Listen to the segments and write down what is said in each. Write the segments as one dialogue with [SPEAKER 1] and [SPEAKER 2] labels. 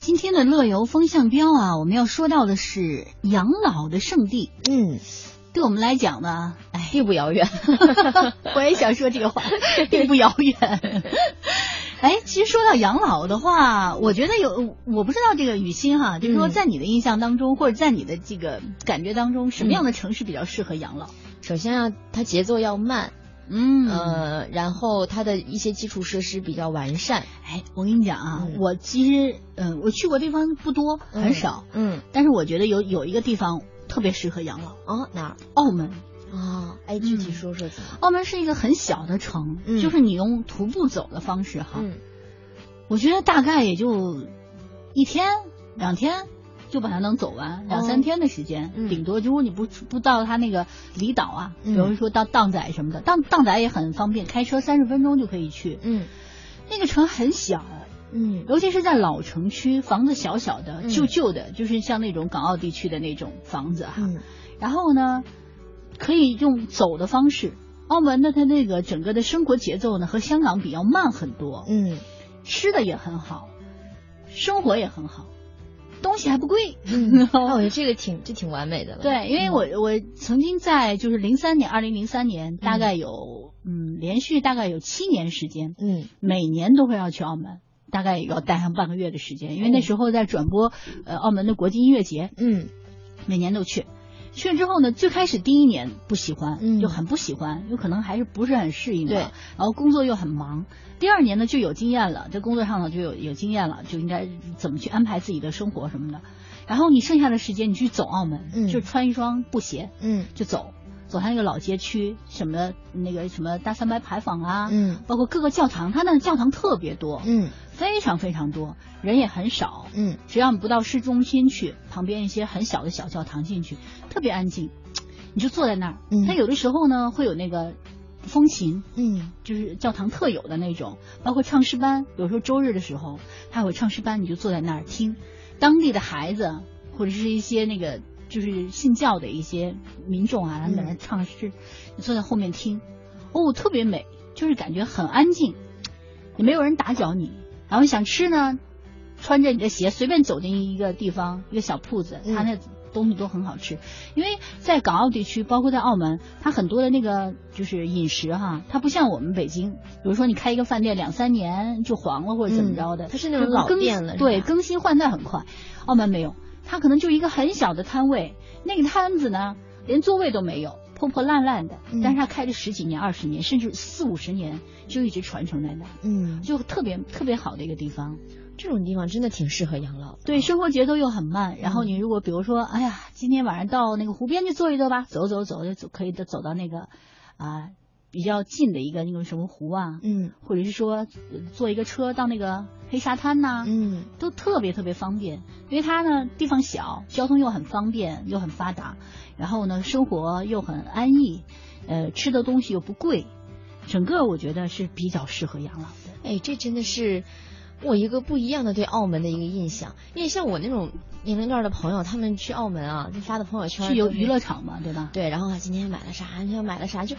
[SPEAKER 1] 今天的乐游风向标啊，我们要说到的是养老的圣地。
[SPEAKER 2] 嗯，
[SPEAKER 1] 对我们来讲呢，哎，
[SPEAKER 2] 并不遥远。
[SPEAKER 1] 我也想说这 个话，并不遥远。 哎，其实说到养老的话，我觉得有，我不知道这个雨欣哈，就是
[SPEAKER 2] 嗯
[SPEAKER 1] 说在你的印象当中，或者在你的这个感觉当中，什么样的城市比较适合养老？
[SPEAKER 2] 首先啊，它节奏要慢，
[SPEAKER 1] 嗯
[SPEAKER 2] 呃，然后它的一些基础设施比较完善，
[SPEAKER 1] 哎，我跟你讲啊，
[SPEAKER 2] 嗯
[SPEAKER 1] 我其实，嗯、我去过地方不多，很少，
[SPEAKER 2] 嗯，
[SPEAKER 1] 但是我觉得有有一个地方特别适合养老，
[SPEAKER 2] 哦，哪儿？
[SPEAKER 1] 澳门。
[SPEAKER 2] 哦，哎，具体说说怎么？
[SPEAKER 1] 澳门是一个很小的城，
[SPEAKER 2] 嗯
[SPEAKER 1] 就是你用徒步走的方式哈，
[SPEAKER 2] 嗯，
[SPEAKER 1] 我觉得大概也就一天两天。就把它能走完两三天的时间，
[SPEAKER 2] 嗯
[SPEAKER 1] 顶多如果你不不到它那个离岛啊，
[SPEAKER 2] 嗯
[SPEAKER 1] 比如说到荡仔什么的，荡荡仔也很方便，开车三十分钟就可以去。
[SPEAKER 2] 嗯
[SPEAKER 1] 那个城很小，啊
[SPEAKER 2] 嗯
[SPEAKER 1] 尤其是在老城区，房子小小的、
[SPEAKER 2] 嗯
[SPEAKER 1] 旧旧的，就是像那种港澳地区的那种房子哈。
[SPEAKER 2] 嗯
[SPEAKER 1] 然后呢，可以用走的方式。澳门的它那个整个的生活节奏呢，和香港比要慢很多，
[SPEAKER 2] 嗯
[SPEAKER 1] 吃的也很好，生活也很好，东西还不贵。
[SPEAKER 2] 嗯，那我觉得这个挺这挺完美的了。
[SPEAKER 1] 对，因为我我曾经在就是零三年，二零零三年，大概有嗯连续大概有七年时间，
[SPEAKER 2] 嗯
[SPEAKER 1] 每年都会要去澳门，大概也要待上半个月的时间，因为那时候在转播呃澳门的国际音乐节，
[SPEAKER 2] 嗯
[SPEAKER 1] 每年都去。去了之后呢，最开始第一年不喜欢，
[SPEAKER 2] 嗯
[SPEAKER 1] 就很不喜欢，有可能还是不是很适应的。
[SPEAKER 2] 对
[SPEAKER 1] 然后工作又很忙。第二年呢就有经验了，在工作上呢就有有经验了，就应该怎么去安排自己的生活什么的。然后你剩下的时间，你去走澳门，
[SPEAKER 2] 嗯
[SPEAKER 1] 就穿一双布鞋
[SPEAKER 2] 嗯
[SPEAKER 1] 就走，走它那个老街区，什么那个什么大三白牌坊啊，
[SPEAKER 2] 嗯
[SPEAKER 1] 包括各个教堂，它那教堂特别多，
[SPEAKER 2] 嗯
[SPEAKER 1] 非常非常多，人也很少。
[SPEAKER 2] 嗯
[SPEAKER 1] 只要你不到市中心去，旁边一些很小的小教堂进去，特别安静，你就坐在那儿。
[SPEAKER 2] 嗯
[SPEAKER 1] 它有的时候呢会有那个风琴，
[SPEAKER 2] 嗯
[SPEAKER 1] 就是教堂特有的那种，包括唱诗班，有时候周日的时候它有唱诗班，你就坐在那儿听当地的孩子或者是一些那个就是信教的一些民众啊，他们在那儿唱诗，你坐在后面听，哦，特别美，就是感觉很安静，也没有人打搅你，然后想吃呢。穿着你的鞋随便走进一个地方，一个小铺子，
[SPEAKER 2] 嗯
[SPEAKER 1] 它那东西都很好吃。因为在港澳地区，包括在澳门，它很多的那个就是饮食哈，它不像我们北京，比如说你开一个饭店两三年就黄了或者怎么着的，
[SPEAKER 2] 嗯它是那种老
[SPEAKER 1] 更
[SPEAKER 2] 店了是吧
[SPEAKER 1] 对，更新换代很快。澳门没有，它可能就一个很小的摊位，那个摊子呢连座位都没有，破破烂烂的，
[SPEAKER 2] 嗯
[SPEAKER 1] 但是它开了十几年、二十年，甚至四五十年，就一直传承在那儿，
[SPEAKER 2] 嗯，
[SPEAKER 1] 就特别特别好的一个地方。
[SPEAKER 2] 这种地方真的挺适合养老的。
[SPEAKER 1] 对，生活节奏又很慢。然后你如果比如说，哎呀，今天晚上到那个湖边去坐一坐吧，走走走，就走可以的走到那个啊比较近的一个那种什么湖啊，
[SPEAKER 2] 嗯
[SPEAKER 1] 或者是说呃坐一个车到那个黑沙滩呐、
[SPEAKER 2] 嗯
[SPEAKER 1] 都特别特别方便。因为它呢地方小，交通又很方便，又很发达，然后呢生活又很安逸，呃吃的东西又不贵，整个我觉得是比较适合养老的。
[SPEAKER 2] 哎，这真的是我一个不一样的对澳门的一个印象。因为像我那种年龄段的朋友，他们去澳门啊，就发的朋友圈
[SPEAKER 1] 去游
[SPEAKER 2] 都是
[SPEAKER 1] 娱乐场嘛，对吧？
[SPEAKER 2] 对，然后啊，今天买了啥，今天买了啥，就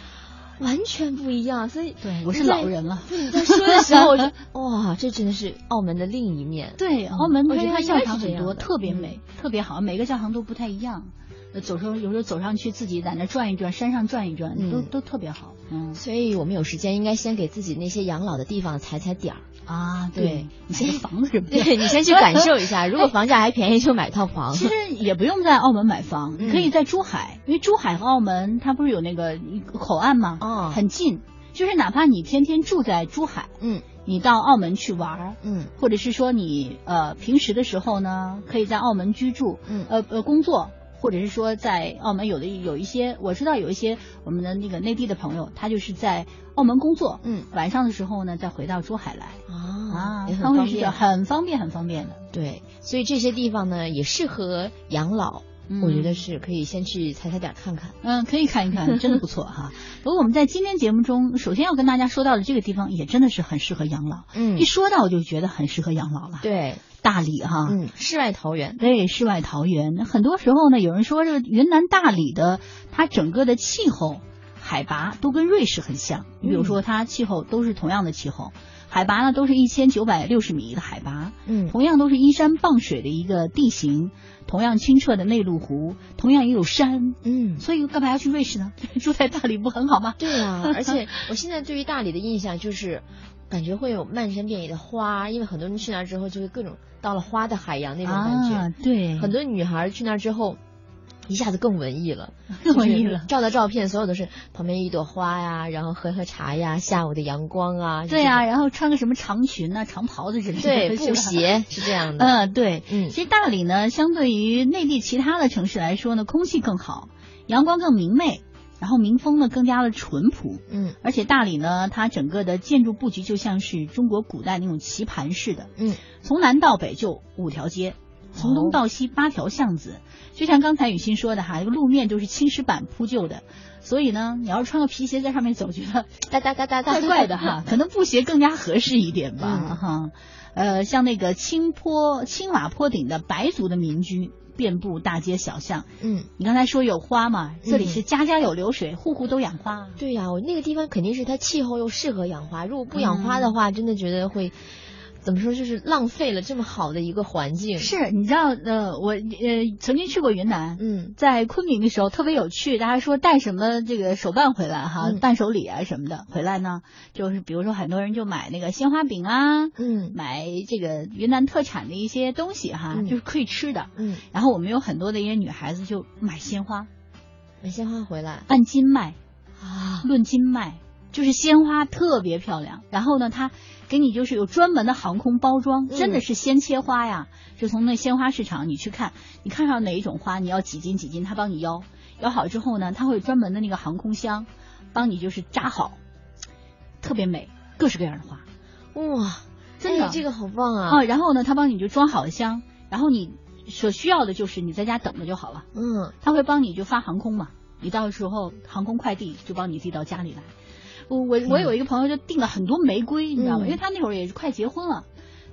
[SPEAKER 2] 完全不一样。所以
[SPEAKER 1] 对，我是
[SPEAKER 2] 你在
[SPEAKER 1] 老人了。
[SPEAKER 2] 对 你在说的时候，我就哇，这真的是澳门的另一面。
[SPEAKER 1] 对，
[SPEAKER 2] 嗯
[SPEAKER 1] 澳门
[SPEAKER 2] 我
[SPEAKER 1] 它
[SPEAKER 2] 觉得
[SPEAKER 1] 它
[SPEAKER 2] 应
[SPEAKER 1] 教
[SPEAKER 2] 该
[SPEAKER 1] 堂
[SPEAKER 2] 是这
[SPEAKER 1] 很
[SPEAKER 2] 样
[SPEAKER 1] 多，
[SPEAKER 2] 的
[SPEAKER 1] 特别美，特别好，每个教堂都不太一样。呃走时候有时候走上去，自己在那转一转，山上转一转，
[SPEAKER 2] 嗯
[SPEAKER 1] 都都特别好。嗯
[SPEAKER 2] 所以我们有时间应该先给自己那些养老的地方踩踩点儿。
[SPEAKER 1] 啊，
[SPEAKER 2] 对
[SPEAKER 1] 你这房子什么 的。
[SPEAKER 2] 对你先去感受一下，如果房价还便宜，就买套房。
[SPEAKER 1] 其实也不用在澳门买房，
[SPEAKER 2] 嗯
[SPEAKER 1] 你可以在珠海，因为珠海和澳门它不是有那个口岸吗？
[SPEAKER 2] 哦，
[SPEAKER 1] 很近，就是哪怕你天天住在珠海，
[SPEAKER 2] 嗯
[SPEAKER 1] 你到澳门去玩儿，
[SPEAKER 2] 嗯
[SPEAKER 1] 或者是说你呃平时的时候呢，可以在澳门居住，
[SPEAKER 2] 嗯
[SPEAKER 1] 呃呃工作，或者是说在澳门有的有一些，我知道有一些我们的那个内地的朋友，他就是在澳门工作，
[SPEAKER 2] 嗯
[SPEAKER 1] 晚上的时候呢再回到珠海来
[SPEAKER 2] 啊，也
[SPEAKER 1] 他们
[SPEAKER 2] 很方
[SPEAKER 1] 是
[SPEAKER 2] 便。
[SPEAKER 1] 很方便很方便的。
[SPEAKER 2] 对，所以这些地方呢也适合养老，
[SPEAKER 1] 嗯
[SPEAKER 2] 我觉得是可以先去踩踩点儿看看。
[SPEAKER 1] 嗯，可以看一看，真的不错 哈。不过我们在今天节目中，首先要跟大家说到的这个地方，也真的是很适合养老。
[SPEAKER 2] 嗯
[SPEAKER 1] 一说到我就觉得很适合养老了，
[SPEAKER 2] 对，
[SPEAKER 1] 大理哈，
[SPEAKER 2] 嗯，世外桃源。
[SPEAKER 1] 对，世外桃源。那很多时候呢，有人说这个云南大理的它整个的
[SPEAKER 2] 嗯
[SPEAKER 1] 气候、海拔都跟瑞士很像。你比如说，它气候都是同样的气候，海拔呢都是一千九百六十米的海拔，
[SPEAKER 2] 嗯
[SPEAKER 1] 同样都是依山傍水的一个地形，同样清澈的内陆湖，同样也有山，
[SPEAKER 2] 嗯，
[SPEAKER 1] 所以干嘛要去瑞士呢？ 住在大理不很好吗？
[SPEAKER 2] 对呀、而且我现在对于大理的印象就是，感觉会有漫山遍野的花，因为很多人去那儿之后就会各种到了花的海洋那种感觉。
[SPEAKER 1] 啊，对，
[SPEAKER 2] 很多女孩去那儿之后，一下子更文艺了，
[SPEAKER 1] 更文艺了。。
[SPEAKER 2] 照的照片，所有都是旁边一朵花呀，然后喝喝茶呀，下午的阳光啊。
[SPEAKER 1] 对
[SPEAKER 2] 呀、
[SPEAKER 1] 啊，然后穿个什么长裙呐、长袍子之类的，
[SPEAKER 2] 对，
[SPEAKER 1] 是吧。
[SPEAKER 2] 布鞋是这样的。
[SPEAKER 1] 嗯，对，
[SPEAKER 2] 嗯
[SPEAKER 1] 其实大理呢，相对于内地其他的城市来说呢，空气更好，阳光更明媚，然后民风呢更加的淳朴。
[SPEAKER 2] 嗯
[SPEAKER 1] 而且大理呢，它整个的建筑布局就像是中国古代那种棋盘式的，
[SPEAKER 2] 嗯，
[SPEAKER 1] 从南到北就五条街，从东到西八条巷子。就像刚才雨欣说的哈，这个路面都是青石板铺就的，所以呢，你要是穿个皮鞋在上面走，觉得
[SPEAKER 2] 哒哒哒哒哒，
[SPEAKER 1] 怪怪的 哈，可能布鞋更加合适一点吧、
[SPEAKER 2] 嗯
[SPEAKER 1] 哈。呃，像那个青坡青瓦坡顶的白族的民居，遍布大街小巷。
[SPEAKER 2] 嗯，
[SPEAKER 1] 你刚才说有花嘛，这里
[SPEAKER 2] 嗯
[SPEAKER 1] 是家家有流水，户户都养花啊。
[SPEAKER 2] 对呀、我那个地方肯定是它气候又适合养花，如果不养花的话，真的觉得会怎么说，就是浪费了这么好的一个环境。
[SPEAKER 1] 是，你知道，呃，我呃曾经去过云南，
[SPEAKER 2] 嗯
[SPEAKER 1] 在昆明的时候特别有趣，大家说带什么这个手办回来哈，
[SPEAKER 2] 嗯
[SPEAKER 1] 伴手礼啊什么的回来呢，就是比如说很多人就买那个鲜花饼啊，
[SPEAKER 2] 嗯
[SPEAKER 1] 买这个云南特产的一些东西哈，
[SPEAKER 2] 嗯
[SPEAKER 1] 就是可以吃的。
[SPEAKER 2] 嗯，
[SPEAKER 1] 然后我们有很多的一些女孩子就买鲜花，
[SPEAKER 2] 买鲜花回来
[SPEAKER 1] 按斤卖，
[SPEAKER 2] 啊，
[SPEAKER 1] 论斤卖，就是鲜花特别漂亮。然后呢，它给你就是有专门的航空包装，
[SPEAKER 2] 嗯
[SPEAKER 1] 真的是鲜切花呀，就从那鲜花市场你去看，你看上哪一种花，你要几斤几斤，它帮你邀，邀好之后呢，它会有专门的那个航空箱，帮你就是扎好，特别美，各式各样的花。
[SPEAKER 2] 哇，
[SPEAKER 1] 真的
[SPEAKER 2] 哎这个好棒啊！
[SPEAKER 1] 啊，然后呢，他帮你就装好了箱，然后你所需要的就是你在家等着就好了，
[SPEAKER 2] 嗯，
[SPEAKER 1] 他会帮你就发航空嘛，你到时候航空快递就帮你递到家里来。我我我有一个朋友就订了很多玫瑰，你知道吗？
[SPEAKER 2] 嗯
[SPEAKER 1] 因为他那会儿也是快结婚了，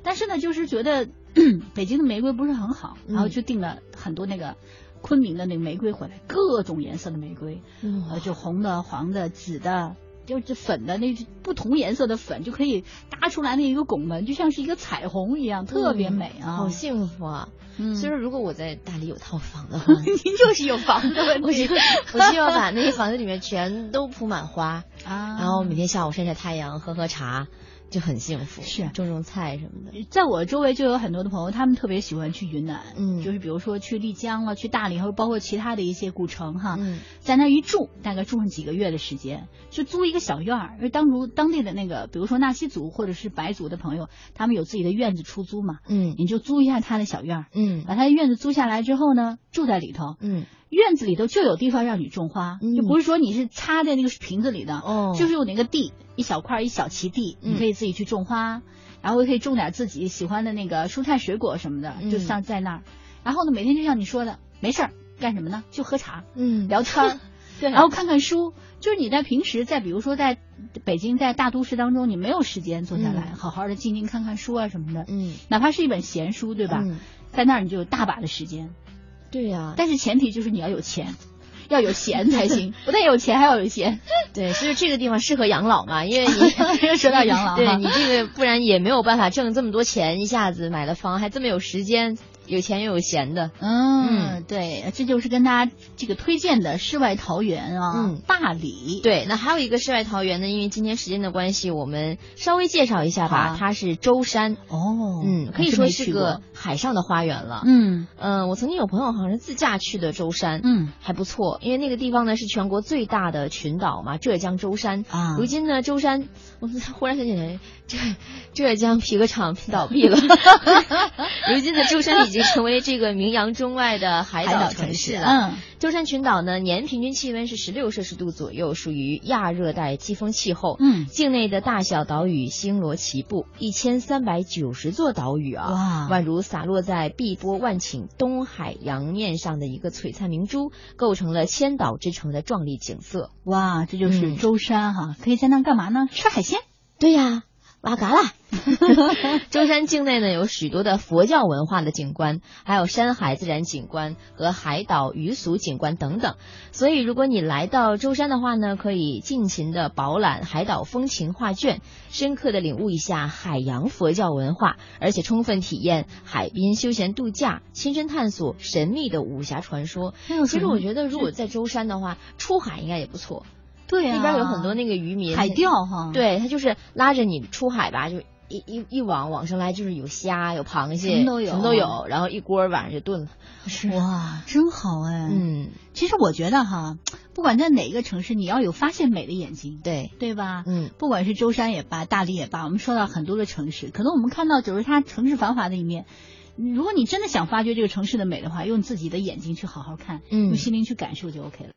[SPEAKER 1] 但是呢，就是觉得 北京的玫瑰不是很好，然后
[SPEAKER 2] 嗯
[SPEAKER 1] 就订了很多那个昆明的那个玫瑰回来，各种颜色的玫瑰，呃，
[SPEAKER 2] 哇
[SPEAKER 1] 就红的、黄的、紫的，就是粉的那不同颜色的粉，就可以搭出来那一个拱门，就像是一个彩虹一样，特别美啊！
[SPEAKER 2] 嗯好幸福啊！
[SPEAKER 1] 嗯，
[SPEAKER 2] 所以说，如果我在大理有套房 的话，
[SPEAKER 1] 您就是有房的问
[SPEAKER 2] 我就
[SPEAKER 1] 题
[SPEAKER 2] 我希望把那些房子里面全都铺满花，
[SPEAKER 1] 啊
[SPEAKER 2] 然后每天下午晒晒太阳，喝喝茶，就很幸福。
[SPEAKER 1] 是
[SPEAKER 2] 种种菜什么的。
[SPEAKER 1] 在我周围就有很多的朋友，他们特别喜欢去云南，
[SPEAKER 2] 嗯
[SPEAKER 1] 就是比如说去丽江了、去大理，还有包括其他的一些古城哈，
[SPEAKER 2] 嗯
[SPEAKER 1] 在那儿一住，大概住上几个月的时间，就租一个小院儿，因为当如当地的那个，比如说纳西族或者是白族的朋友，他们有自己的院子出租嘛，
[SPEAKER 2] 嗯
[SPEAKER 1] 你就租一下他的小院儿，
[SPEAKER 2] 嗯
[SPEAKER 1] 把他的院子租下来之后呢，住在里头，
[SPEAKER 2] 嗯
[SPEAKER 1] 院子里头就有地方让你种花，
[SPEAKER 2] 嗯
[SPEAKER 1] 就不是说你是插在那个瓶子里的，
[SPEAKER 2] 哦，
[SPEAKER 1] 就是有那个地一小块儿一小畦地，
[SPEAKER 2] 嗯
[SPEAKER 1] 你可以自己去种花，然后也可以种点自己喜欢的那个蔬菜水果什么的，
[SPEAKER 2] 嗯
[SPEAKER 1] 就像在那儿。然后呢，每天就像你说的，没事儿干什么呢？就喝 茶、
[SPEAKER 2] 嗯
[SPEAKER 1] 聊天儿，
[SPEAKER 2] 对，啊
[SPEAKER 1] 然后看看书。就是你在平时在比如说在北京在大都市当中，你没有时间坐下来、
[SPEAKER 2] 嗯
[SPEAKER 1] 好好的静静看看书啊什么的，
[SPEAKER 2] 嗯
[SPEAKER 1] 哪怕是一本闲书，对吧？
[SPEAKER 2] 嗯
[SPEAKER 1] 在那儿你就有大把的时间，
[SPEAKER 2] 对呀、
[SPEAKER 1] 但是前提就是你要有钱，要有闲才 行，不但有钱还要有闲。
[SPEAKER 2] 对，所以这个地方适合养老嘛，因为你
[SPEAKER 1] 又说到养老哈
[SPEAKER 2] 对你这个不然也没有办法挣这么多钱，一下子买了房还这么有时间，有钱又有闲的。
[SPEAKER 1] 嗯，对，这就是跟大家这个推荐的世外桃源啊，
[SPEAKER 2] 嗯
[SPEAKER 1] 大理。
[SPEAKER 2] 对，那还有一个世外桃源呢，因为今天时间的关系，我们稍微介绍一下
[SPEAKER 1] 好
[SPEAKER 2] 吧
[SPEAKER 1] 啊。
[SPEAKER 2] 它是舟山，
[SPEAKER 1] 哦
[SPEAKER 2] 嗯，可
[SPEAKER 1] 还
[SPEAKER 2] 以
[SPEAKER 1] 真
[SPEAKER 2] 说
[SPEAKER 1] 没
[SPEAKER 2] 是
[SPEAKER 1] 去过
[SPEAKER 2] 个海上的花园了。
[SPEAKER 1] 嗯
[SPEAKER 2] 嗯，我曾经有朋友好像是自驾去的舟山，
[SPEAKER 1] 嗯
[SPEAKER 2] 还不错，因为那个地方呢是全国最大的群岛嘛，浙江舟山。
[SPEAKER 1] 啊
[SPEAKER 2] 如今呢，舟山，我们 忽然想起来，浙浙江皮革厂倒闭了。 如今的舟山已经成为这个名扬中外的海岛城市了。
[SPEAKER 1] 嗯
[SPEAKER 2] 舟山群岛呢，年平均气温是十六摄氏度左右，属于亚热带季风气候。
[SPEAKER 1] 嗯，
[SPEAKER 2] 境内的大小岛屿星罗棋布，一千三百九十座岛屿
[SPEAKER 1] 哇，
[SPEAKER 2] 啊，宛如洒落在碧波万顷东海洋面上的一个璀璨明珠，构成了千岛之城的壮丽景色。
[SPEAKER 1] 哇，这就是
[SPEAKER 2] 嗯
[SPEAKER 1] 舟山哈、可以在那儿干嘛呢？吃海鲜。
[SPEAKER 2] 对呀、哇嘎 啦。舟山境内呢有许多的佛教文化的景观，还有山海自然景观和海岛渔俗景观等等。所以如果你来到舟山的话呢，可以尽情的饱览海岛风情画卷，深刻的领悟一下海洋佛教文化，而且充分体验海滨休闲度假，亲身探索神秘的武侠传说。
[SPEAKER 1] 那有什
[SPEAKER 2] 其
[SPEAKER 1] 么
[SPEAKER 2] 实我觉得，如果在舟山的话，出海应该也不错。
[SPEAKER 1] 对啊，
[SPEAKER 2] 那边有很多那个渔民，
[SPEAKER 1] 海钓哈，，
[SPEAKER 2] 对他就是拉着你出海吧，就一一一网网上来就是有虾有螃蟹，
[SPEAKER 1] 什么都有
[SPEAKER 2] 有然后一锅晚上就炖了。是，
[SPEAKER 1] 哇，真好哎。，
[SPEAKER 2] 嗯，
[SPEAKER 1] 其实我觉得哈，不管在哪一个城市，你要有发现美的眼睛，
[SPEAKER 2] 对，
[SPEAKER 1] 对吧？
[SPEAKER 2] 嗯，
[SPEAKER 1] 不管是舟山也罢，大理也罢，我们说到很多的城市，可能我们看到只是它城市繁华的一面。如果你真的想发掘这个城市的美的话，用自己的眼睛去好好看，
[SPEAKER 2] 嗯
[SPEAKER 1] 用心灵去感受就 OK 了。